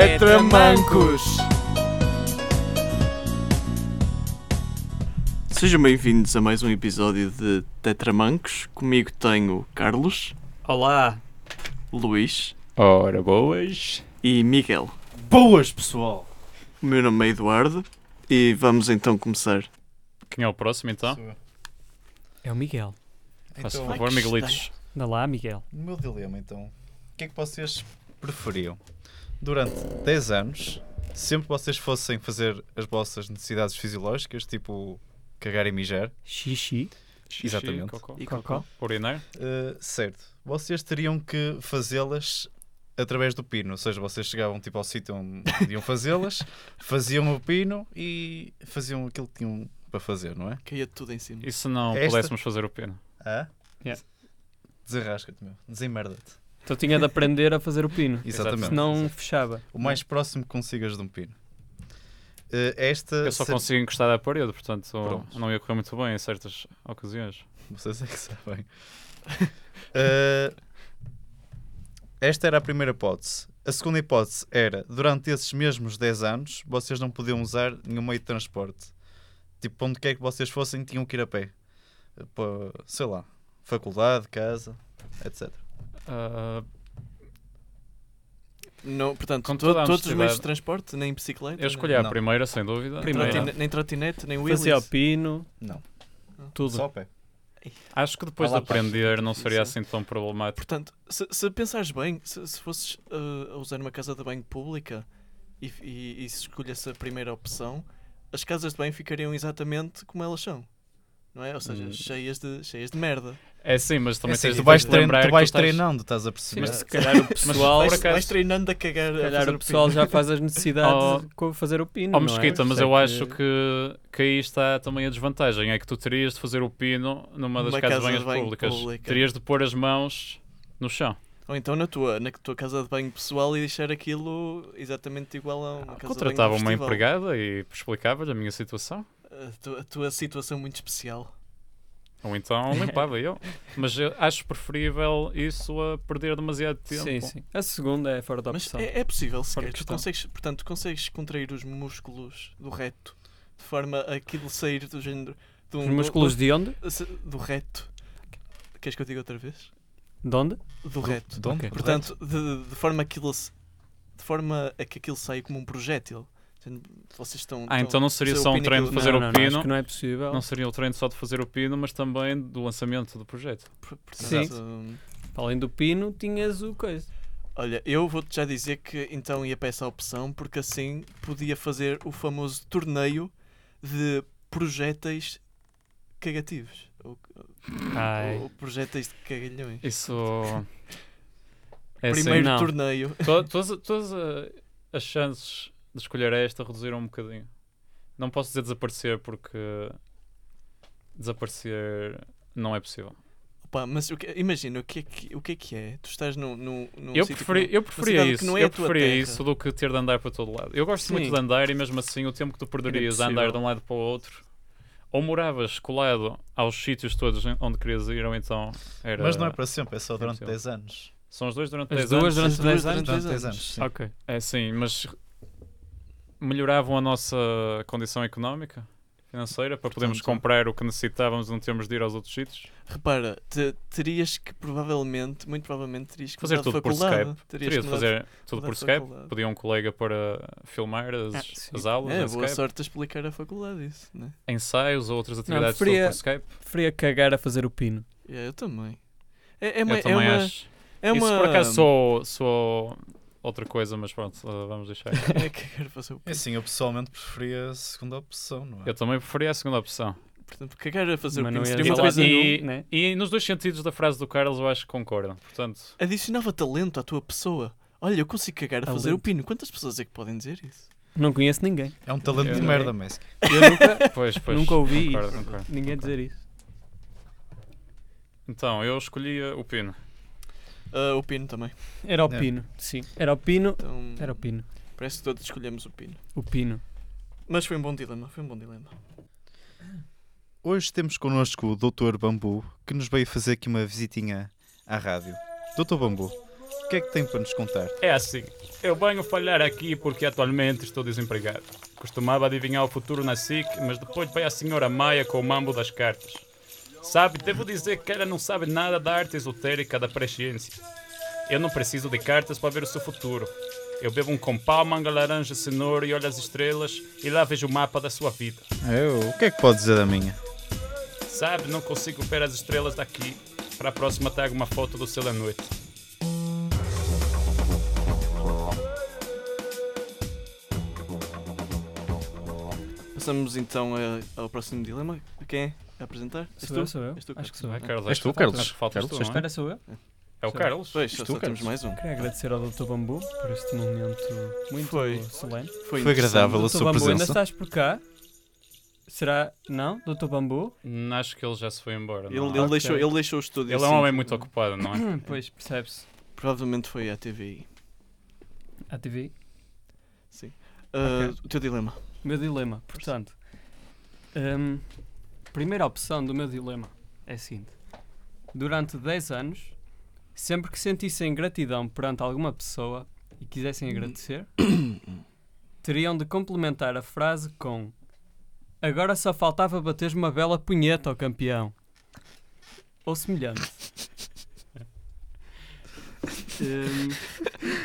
Tetramancos! Sejam bem-vindos a mais um episódio de Tetramancos. Comigo tenho Carlos, Olá! Luís Ora, boas. e Miguel. Boas, pessoal! O meu nome é Eduardo e vamos então começar. Quem é o próximo então? É o Miguel. Faz Então, favor, Miguelitos. Anda lá, Miguel. no meu dilema, então, o que é que vocês preferiam? Durante 10 anos, sempre que vocês fossem fazer as vossas necessidades fisiológicas, tipo cagar e mijar, Xixi. Xixi, Exatamente. cocó. E Cocó. Urinar? eh, certo, vocês teriam que fazê-las através do pino, ou seja, vocês chegavam tipo ao sítio onde iam fazê-las, faziam o pino e faziam aquilo que tinham para fazer, não é? Caia tudo em cima. E se não Esta? pudéssemos fazer o pino? Ah? Yeah. Desenrasca-te, meu. Desenmerda-te. Então tinha de aprender a fazer o pino. Exatamente. Senão fechava. O mais próximo que consigas de um pino. Eh, esta Eu só ser- consigo encostar à parede, portanto Pronto. não ia correr muito bem em certas ocasiões. Vocês é que sabem. Eh, esta era a primeira hipótese. A segunda hipótese era, durante esses mesmos 10 anos, vocês não podiam usar nenhum meio de transporte. Tipo, onde quer que vocês fossem, tinham que ir a pé. Eh, Para, sei lá, faculdade, casa, etc. Ah, Não, portanto, Com to- toda a todos os meios honestidade. de transporte, nem bicicleta, eu escolhi a Não. primeira, assim, sem dúvida. nem, Primeira. Trotine- trotine- nem trotinete, nem Willys. Fazia o pino. Não. Tudo. Só a pé. Acho que depois de Vai lá, pá. aprender não seria Sim. assim tão problemático. Portanto, se, se pensares bem, se, se fosses eh, a usar uma casa de banho pública e, e, e se escolhesse a primeira opção, as casas de banho ficariam exatamente como elas são. Não é? Ou seja, Hum. cheias, de, cheias de merda. É sim, mas também É assim, tens tu de vais, trein- lembrar tu que vais estás- treinando, estás a perceber. Mas se calhar o pessoal, Por Vais, acaso- vais treinando a cagar. se a calhar fazer o pessoal pino. já faz as necessidades Oh. com fazer o pino. Ó não é? Mesquita, mas Sei eu acho que, que aí está também a desvantagem. É que tu terias de fazer o pino numa das Numa casas casa de de banhos banho públicas. pública. Terias de pôr as mãos no chão. Ou então na tua, na tua casa de banho pessoal e deixar aquilo exatamente igual a uma casa Ah, Contratava de uma banho de festival. empregada e explicava-lhe a minha situação. A tua, a tua situação muito especial. Ou então limpava eu. Mas eu acho preferível isso a perder demasiado tempo. Sim, sim. A segunda é fora da Mas opção. é, é possível, se Fora queres. de Tu questão. consegues, portanto, tu consegues contrair os músculos do reto de forma a aquilo sair do género. de um- Os músculos do, de onde? do, do reto. Queres que eu diga outra vez? De onde? Do reto. De onde? Ok. Portanto, Portanto, de, de forma a aquilo se- de forma a que aquilo saia como um projétil. Portanto, Vocês estão. Ah, então não seria seu só um pino treino de aquilo- fazer não, o não, Não, pino. acho que não é possível. Não seria o treino só de fazer o pino, mas também do lançamento do projeto. por- portanto, Sim. hum, Além do pino, tinhas o coisa. Olha, eu vou-te já dizer que então ia para essa opção, porque assim podia fazer o famoso torneio de projéteis cagativos. Ou, ou projéteis de cagalhões. Isso. É assim. Primeiro não. torneio. To- Todas, todas eh, as chances de escolher esta reduziram um bocadinho. Não posso dizer desaparecer porque desaparecer não é possível. Opa, mas o que- imagina, o que, é que, o que é que é? Tu estás num. num, num eu, sítio que preferi, não- eu cidade preferia que isso, não é a eu tua preferia terra. isso do que ter de andar para todo lado. Eu gosto muito Sim. de andar e mesmo assim o É tempo que tu perderias a andar de um lado para o outro. Ou moravas colado aos sítios todos onde querias ir, ou então era. mas não é para sempre, é só durante Sim. 10 anos. São os dois durante As 10 duas anos. durante 10 As duas durante anos. Durante 10 10 anos. anos, sim. Ok. É sim, mas melhoravam a nossa condição económica, financeira, para podermos Portanto- comprar o que necessitávamos e não termos de ir aos outros sítios. Repara, te- terias que provavelmente, muito provavelmente, terias que Fazer mudar de tudo por faculdade. Terias Skype. Teria que de mudar fazer tudo mudar por de Skype, faculdade. pedia um colega para filmar as, Ah, sim. as aulas É, em boa Skype, sorte a explicar a faculdade isso, né? ensaios ou outras atividades tudo preferia- por Skype. Preferia cagar a fazer o pino. É, eu também. É, é Eu uma, é também uma- acho. É uma... Isso por acaso sou, sou outra coisa, mas pronto, eh, vamos deixar. É que eu quero fazer o É pino. Assim, eu pessoalmente preferia a segunda opção, não é? Eu também preferia a segunda opção. Portanto, cagar a fazer o Mas não pino é seria ias lá- uma coisa... e, num, né? e nos dois sentidos da frase do Carlos eu acho que concordam. Portanto, Adicionava talento à tua pessoa. Olha, eu consigo cagar a fazer o Talento. pino. Quantas pessoas é que podem dizer isso? Não conheço ninguém. É um talento Eu de não merda, mas Eu nunca, pois, pois, nunca ouvi concordo, isso. concordo. ninguém dizer isso. Então, eu escolhi eh, o pino. Ah, o pino também. Era o É. pino, sim. Era o pino. Então, Era o pino. Parece que todos escolhemos o pino. O pino. Mas foi um bom dilema, foi um bom dilema. Hoje temos connosco o Dr. Bambu, que nos veio fazer aqui uma visitinha à rádio. Dr. Bambu, O que é que tem para nos contar? É assim, eu venho falhar aqui porque atualmente estou desempregado. Costumava adivinhar o futuro na SIC, mas depois veio a senhora Maia com o mambo das cartas. Sabe, devo dizer que ela não sabe nada da arte esotérica da presciência. Eu não preciso de cartas para ver o seu futuro. Eu bebo um compal, manga laranja, cenoura e olho as estrelas e lá vejo o mapa da sua vida. Eu, o que é que pode dizer da minha? Sabe, não consigo ver as estrelas daqui. Para a próxima trago uma foto do céu da noite. Passamos então a- ao próximo dilema. Quem é a apresentar? És Sou eu, tu? sou eu. És tu, Acho que Carlos? sou Vai, eu. é, Carlos, És acho tu, que falta- Carlos? acho que faltas Carlos, tu, és não é? Espera, sou eu. É o Carlos? Pois, só, És tu, só temos Carlos? mais um. Queria agradecer ao Dr. Bambu por este momento muito Foi. solene. Foi agradável Dr. a sua Bambu, ainda presença. estás por cá? Será? Não? Dr. Bambu? Hum, Acho que ele já se foi embora. Ele, não é? ele deixou, ele deixou o estúdio. Ele é assim, um homem muito ocupado, não é? Pois, percebe-se. Provavelmente foi à TVI. A TV. Sim. Ah, Ok. O teu dilema. Meu dilema, portanto. hum, primeira opção do meu dilema é a seguinte: Durante 10 anos, sempre que sentissem gratidão perante alguma pessoa e quisessem agradecer, teriam de complementar a frase com: Agora só faltava bateres uma bela punheta ao campeão. Ou semelhante. Hum,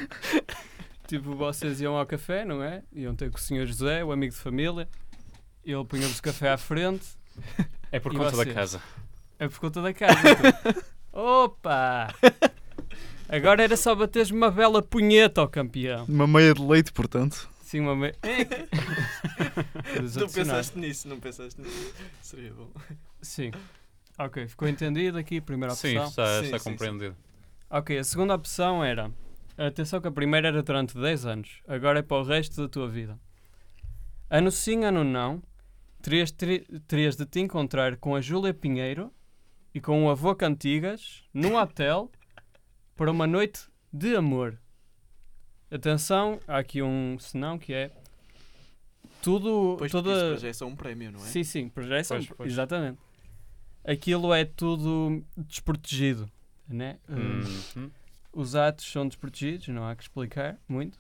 Tipo, vocês iam ao café, não é? Iam ter com o Sr. José, o amigo de família. Ele punha-vos o café à frente. É por E conta da você? casa. É por conta da casa. tu. Opa! Agora era só bateres uma bela punheta ao campeão. Uma meia de leite, portanto. Sim, uma me... Dos Não adicionais. pensaste nisso, não pensaste nisso. Seria bom. Sim. Ok, ficou entendido aqui a primeira opção. Sim, está, Sim, está sim, compreendido. Ok, a segunda opção era. Atenção que a primeira era durante 10 anos, agora é para o resto da tua vida. Ano sim, ano não, terias, tri- terias de te encontrar com a Júlia Pinheiro e com o avô Cantigas num hotel para uma noite de amor. Atenção, há aqui um senão que é. Tudo. Pois toda... toda... isso para já é só um prémio, não é? Sim, sim, projeção. Pois, pois. Exatamente. Aquilo é tudo desprotegido, né? Hum. Uhum. Os atos são desprotegidos, não há que explicar muito.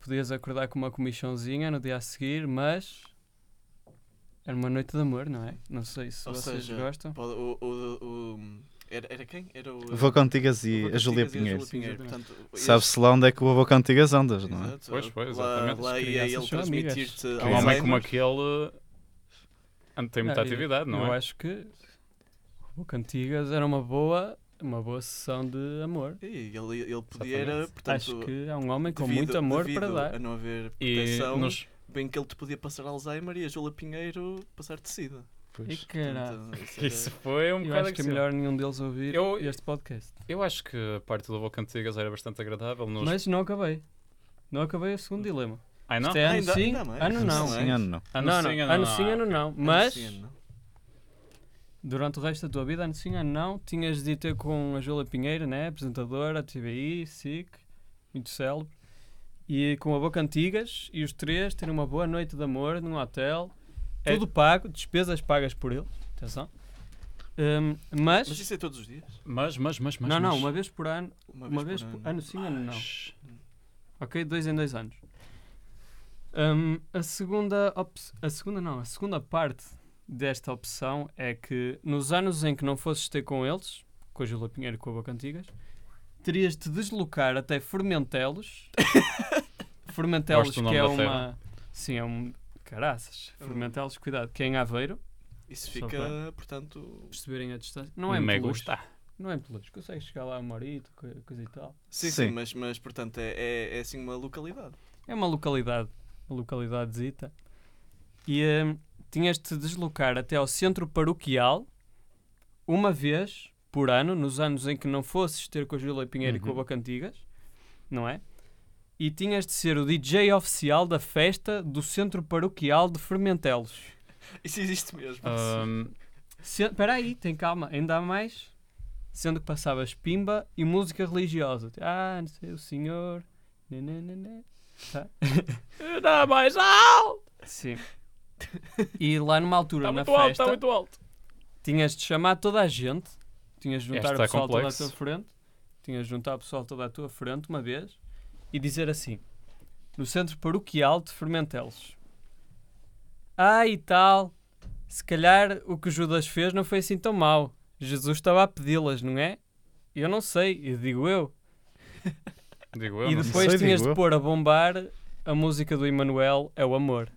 Podias acordar com uma comichãozinha no dia a seguir, mas. Era uma noite de amor, não é? Não sei se Ou vocês seja, gostam. Pode- o, o- o- era, era quem? Era o. Avô Cantigas o e Vacantigas a e Júlia Pinheiro. Júlia Pinheiro, Sim, portanto, eles- Sabe-se lá onde é que o Avô Cantigas andas, não é? Exato. Pois, pois, lá, exatamente. lá As ia ele crianças são amigas. transmitir-te Um homem como Alzheimer. aquele eh, tem muita Ah, eu- atividade, não Eu é? acho que. O Cantigas era uma boa, uma boa sessão de amor. E ele, ele podia, era, Exatamente. portanto, acho que é um homem com devido- muito amor devido para dar. A não haver E proteção, nos, bem que ele te podia passar Alzheimer e a Júlia Pinheiro passar tecida. E Pois. caralho. isso foi um Eu bocado acho que é agressivo. melhor nenhum deles ouvir Eu- este podcast. Eu acho que a parte do Vocantigas era bastante agradável. Nos... Mas não acabei. Não acabei o segundo dilema. Ai não? Isto é ano Ainda- sim, ainda mais. ano não. Sim, é? ano não. Ano não, sim, não. ano Ano não. sim, ano não. Mas Luciano. durante o resto da tua vida, ano sim, ano não, tinhas de ir ter com a Júlia Pinheiro, né? apresentadora, TVI, SIC, muito célebre, e com a Boca Antigas, e os três terem uma boa noite de amor num hotel, É- tudo pago, despesas pagas por ele, atenção. Hum, mas, Mas isso é todos os dias? Mas, mas, mas, mas. não, não, mas- uma vez por ano, Uma, uma vez, por, ano sim, ano não. Ok, dois em dois anos. Hum, a segunda op- a segunda não, a segunda parte desta opção é que nos anos em que não fosses ter com eles, com a Júlia Pinheiro e com a Boca Antigas, terias de deslocar até Formentelos. Formentelos Gosto do que é nome da uma sim, é um caraças. Hum. Formentelos, cuidado, que é em Aveiro, Isso Só fica, portanto... perceberem a distância. Não é Me muito longe. gusta. Não é muito longe. Consegues chegar lá a uma horita, co- coisa e tal. Sim, sim, Sim. mas, mas portanto é, é, é assim uma localidade. É uma localidade, uma localidadezita. E hum, tinhas de te deslocar até ao centro paroquial uma vez por ano, nos anos em que não fosses ter com a Júlia Pinheiro e com a Uhum. Boca Antigas, não é? E tinhas de ser o DJ oficial da festa do centro paroquial de Fermentelos. Isso existe mesmo. Ah, Ahm, Espera aí, tem calma, ainda há mais. Sendo que passavas pimba e música religiosa. Ah, não sei, o senhor. Né, né, né, né. Tá? Dá mais Ah, alto! Sim. E lá numa altura, Tá na Está Tá muito alto, festa, está muito alto. tinhas de chamar toda a gente, tinhas de juntar Esta o pessoal é toda à complexo. tua frente Tinhas de juntar o pessoal toda à tua frente uma vez e dizer assim: No centro paroquial de Fermentelos. Ah, e tal, se calhar o que Judas fez não foi assim tão mau. Jesus estava a pedi-las, não é? Eu não sei, eu digo eu. Digo eu, e não sei. depois sei, tinhas digo de eu. pôr a bombar a música do Emanuel É o Amor.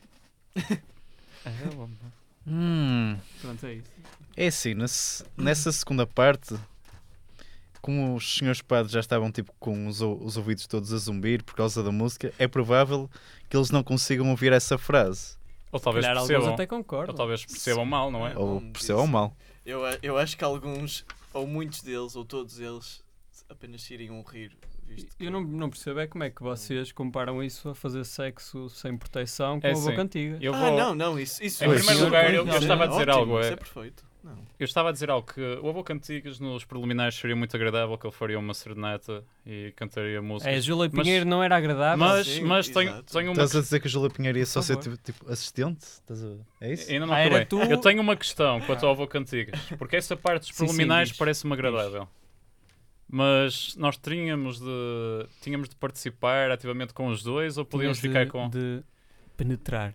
é o amor. Hum. Pronto, é isso. É assim, nesse- nessa segunda parte, como os senhores padres já estavam tipo com os, ou- os ouvidos todos a zumbir por causa da música, é provável que eles não consigam ouvir essa frase. Ou talvez Calhar alguns percebam. até Ou concordam. talvez percebam mal, não é? Não, Ou não percebam disse. mal. um Eu, a- eu acho que alguns, ou muitos deles, ou todos eles, apenas se iriam rir. Visto que Eu não, não percebo é como é que vocês comparam isso a fazer sexo sem proteção com É a boca assim, antiga. Eu Ah, vou... não, não, isso. isso Em isso- primeiro isso- lugar, isso- eu- eu isso- estava a dizer ótimo, algo, Isso é- é perfeito. Não. Eu estava a dizer algo que o avô Cantigas nos preliminares seria muito agradável que ele faria uma serenata e cantaria música. É, Júlia Mas- Pinheiro não era agradável. mas Ah, sim, mas tenho, exato. tenho uma Estás a dizer que a Júlia Pinheiro ia só Por ser tipo, favor. tipo, assistente? Estás a- É isso? Ainda não Ah, era acabei. tu? Eu tenho uma questão quanto ao avô Cantigas, porque essa parte dos Sim, sim, preliminares diz. parece-me agradável. Mas nós tínhamos de, tínhamos de participar ativamente com os dois ou podíamos Tinhas ficar de- com. de penetrar.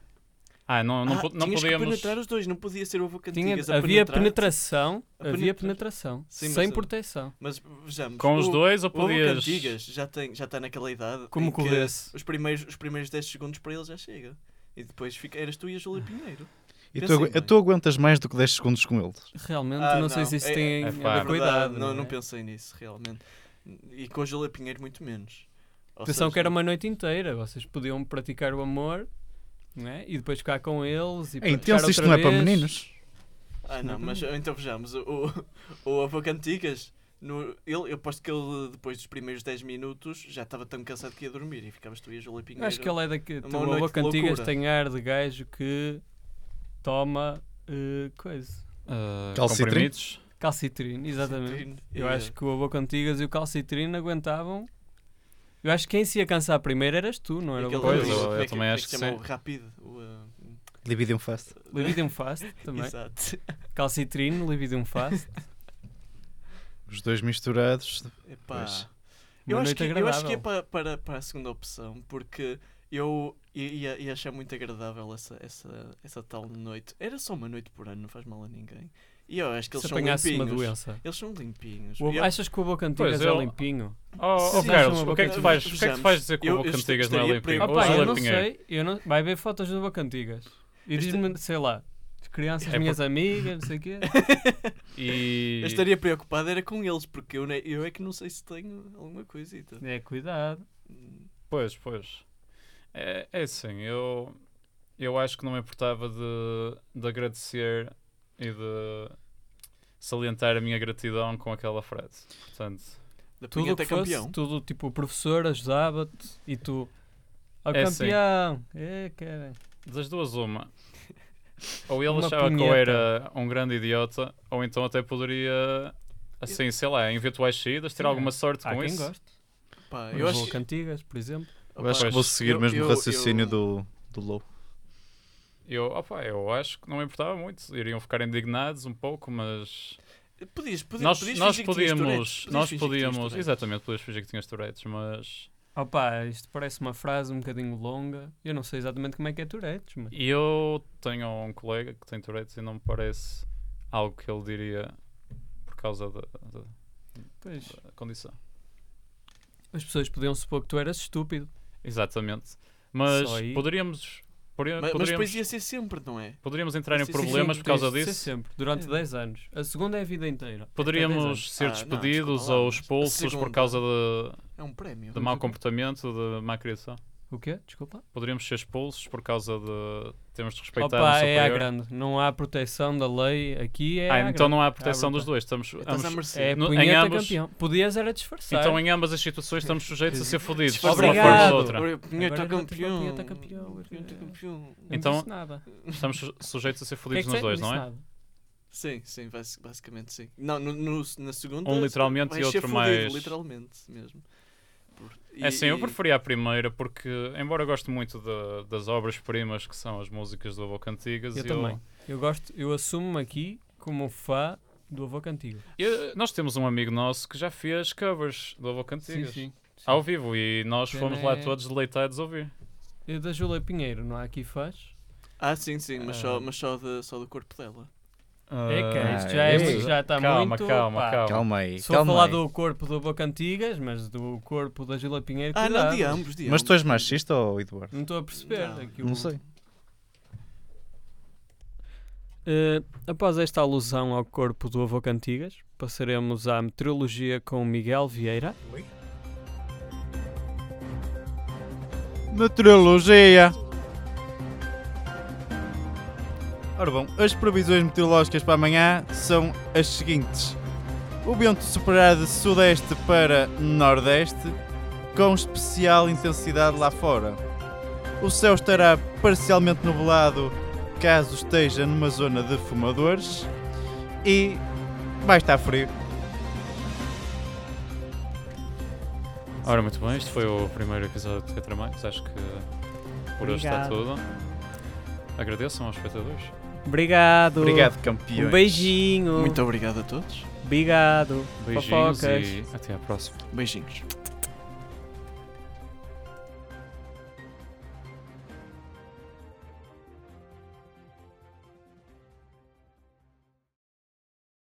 Ah, não, não, Ah, po- não tinhas que podíamos. penetrar os dois, não podia ser o avô Tinha, cantigas a havia penetrar-te. penetração, A havia penetrar. penetração, Sim, mas sem a- proteção. Mas vejamos. Com os o- dois ou O avô podias. cantigas já tem- já está naquela idade. Como em que corresse. Os primeiros, os primeiros 10 segundos para ele já chega. E depois fica, eras tu e a Júlia Pinheiro. E tu, Pensei agu- bem. tu aguentas mais do que 10 segundos com ele. Realmente Ah, não, sei se isso é- tem é a pá. ver com a idade, Verdade, não, é? não pensei nisso, realmente. E com a Júlia Pinheiro, muito menos. Ou Pensava seja, que era uma noite inteira. Vocês podiam praticar o amor não é? e depois ficar com eles. E É praticar intenso, outra isto não é para vez. meninos. Ah, não, mas então vejamos. O, o avô Cantigas, no, ele, eu aposto que ele, depois dos primeiros 10 minutos, já estava tão cansado que ia dormir e ficavas tu e a Júlia Eu Pinheiro. Acho que ele é daqui. Uma O noite Avô de Cantigas loucura. tem ar de gajo que toma eh, coisa. ah, Calcitrim? comprimidos? Calcitrine, exatamente. Eu É, acho que o Avô Cantigas e o Calcitrino aguentavam. Eu acho que quem se ia cansar primeiro eras tu, não era o aquele- Avô Pois, como é eu- Cantigas. como é eu também é acho que se chama sim. o Rápido. o, ah, Libidium fast. Libidium Fast também. Exato. Calcitrino, Libidium Fast. Os dois misturados. Epá. Pois. Eu Uma acho, noite que, eu acho agradável. que é para, para, para a segunda opção, porque eu ia, ia achar muito agradável essa, essa, essa tal noite. Era só uma noite por ano, não faz mal a ninguém. E eu acho que eles se são apanhasse uma limpinhos. doença. Eles são limpinhos. O avô- Eu- Achas que o Avô Cantigas Pois, eu- é limpinho? Oh, oh, Sim, Carlos, mas uma o que é que boca- tu faz? O que é que tu faz dizer que Eu- o avô eu Cantigas não é estaria limpinho? preocupado. Ou Opa, José eu Júlia não Pinheiro? sei. Eu não... Vai ver fotos do Avô Cantigas. E Este- diz-me, sei lá, de crianças, É minhas amigas, não sei o quê. E... Eu estaria preocupado era com eles, porque eu, ne- eu é que não sei se tenho alguma coisita. É, cuidado. Pois, pois. É, é assim, eu, eu acho que não me importava de, de agradecer e de salientar a minha gratidão com aquela frase. Portanto, Da Tudo Pinha o que até fosse, campeão. tudo, tipo, o professor ajudava-te e tu... Ó É, sim. campeão! É, cara. das duas, uma. Ou ele Uma achava que eu punheta. era um grande idiota, ou então até poderia, assim, sei lá, em virtuais saídas, ter Sim, é. alguma sorte Há com quem isso. goste. Pá, Eu eu acho, Cantigas, por exemplo. Eu acho que Pois. vou seguir Eu- mesmo eu- o raciocínio eu- do, do Lobo. Eu, opa, eu acho que não me importava muito. Iriam ficar indignados um pouco, mas Podias, podi- nós, podias nós fingir que tinhas podíamos, Tourette's. nós fingir que tinhas podíamos, Tourette's. exatamente, podias fingir que tinhas Tourette's, mas Opa, isto parece uma frase um bocadinho longa. Eu não sei exatamente como é que é Tourette's, mas... E Eu tenho um colega que tem Tourette's e não me parece algo que ele diria por causa da, da- Pois, da condição. as pessoas podiam supor que tu eras estúpido. Exatamente. Mas Só aí. poderíamos, poderia- Mas, mas poderíamos, depois ia ser sempre, não é? poderíamos entrar em Sim, sim, sim, problemas por Tens causa de ser disso. sempre, durante É. 10 anos. A segunda é a vida inteira. Até 10 anos. Poderíamos Ah, ser não, desculpa despedidos lá, ou mas a expulsos por segunda- causa de, É um prémio. de mau comportamento, de má criação. O quê? Desculpa? Poderíamos ser expulsos por causa de termos de respeitar um Opa, é à superior. grande. Não há proteção da lei aqui. É Ah, à então grande. não há proteção dos brutal. dois. Estamos, Estás à ambos- mercê. É No- em punheta ambos- campeão. Podias era disfarçar. então em ambas as situações estamos sujeitos a ser fodidos. Tipo, de uma forma ou de Obrigado. outra. Olha, Pinheta Agora já campeão. tens uma Pinheta campeão. Pinheta campeão. Não Então- disse nada. Estamos su- sujeitos a ser O que é fodidos que nos disseste? dois, não é? disse nada. Sim, sim, basi- basicamente sim. Não, no, no- na segunda. Um literalmente vais e ser outro é fudido, mais- Literalmente mesmo. Por- e- É assim, eu e- preferia a primeira porque, embora eu goste muito da- das obras-primas que são as músicas do Avô Cantigas, Eu também. Eu gosto, eu assumo-me aqui como fã do avô cantigo. Eu- nós temos um amigo nosso que já fez covers do Avô Cantigas. sim. Ao vivo, e nós Pena fomos lá é- todos deleitados a ouvir. E da Júlia Pinheiro, não há aqui faz? Ah, sim, sim, mas, só, Ah. mas só, de, só do corpo dela. é que Ah, isto já, é, ei. muito- já está Calma, muito. calma, pá. calma. Calma aí, Se for calma falar aí. do corpo do Boca Antigas, mas do corpo da Gila Pinheiro, Ah, não, cuidado. de ambos, de Mas tu és ambos. machista ou Eduardo? Não estou a perceber. Não. aqui Não o- sei. Eh, após esta alusão ao corpo do avô Cantigas, passaremos à meteorologia com Miguel Vieira. Meteorologia. Ora bom, as previsões meteorológicas para amanhã são as seguintes. O vento superará de sudeste para nordeste, com especial intensidade lá fora. O céu estará parcialmente nublado, caso esteja numa zona de fumadores, e vai estar frio. Ora, muito bem, isto foi o primeiro episódio de Tetra Mais. Acho que por hoje está tudo. Agradeçam aos espectadores. Obrigado. Obrigado, campeões. Um beijinho. Muito obrigado a todos. Obrigado. Beijinhos Fofocas. e até à próxima. Beijinhos.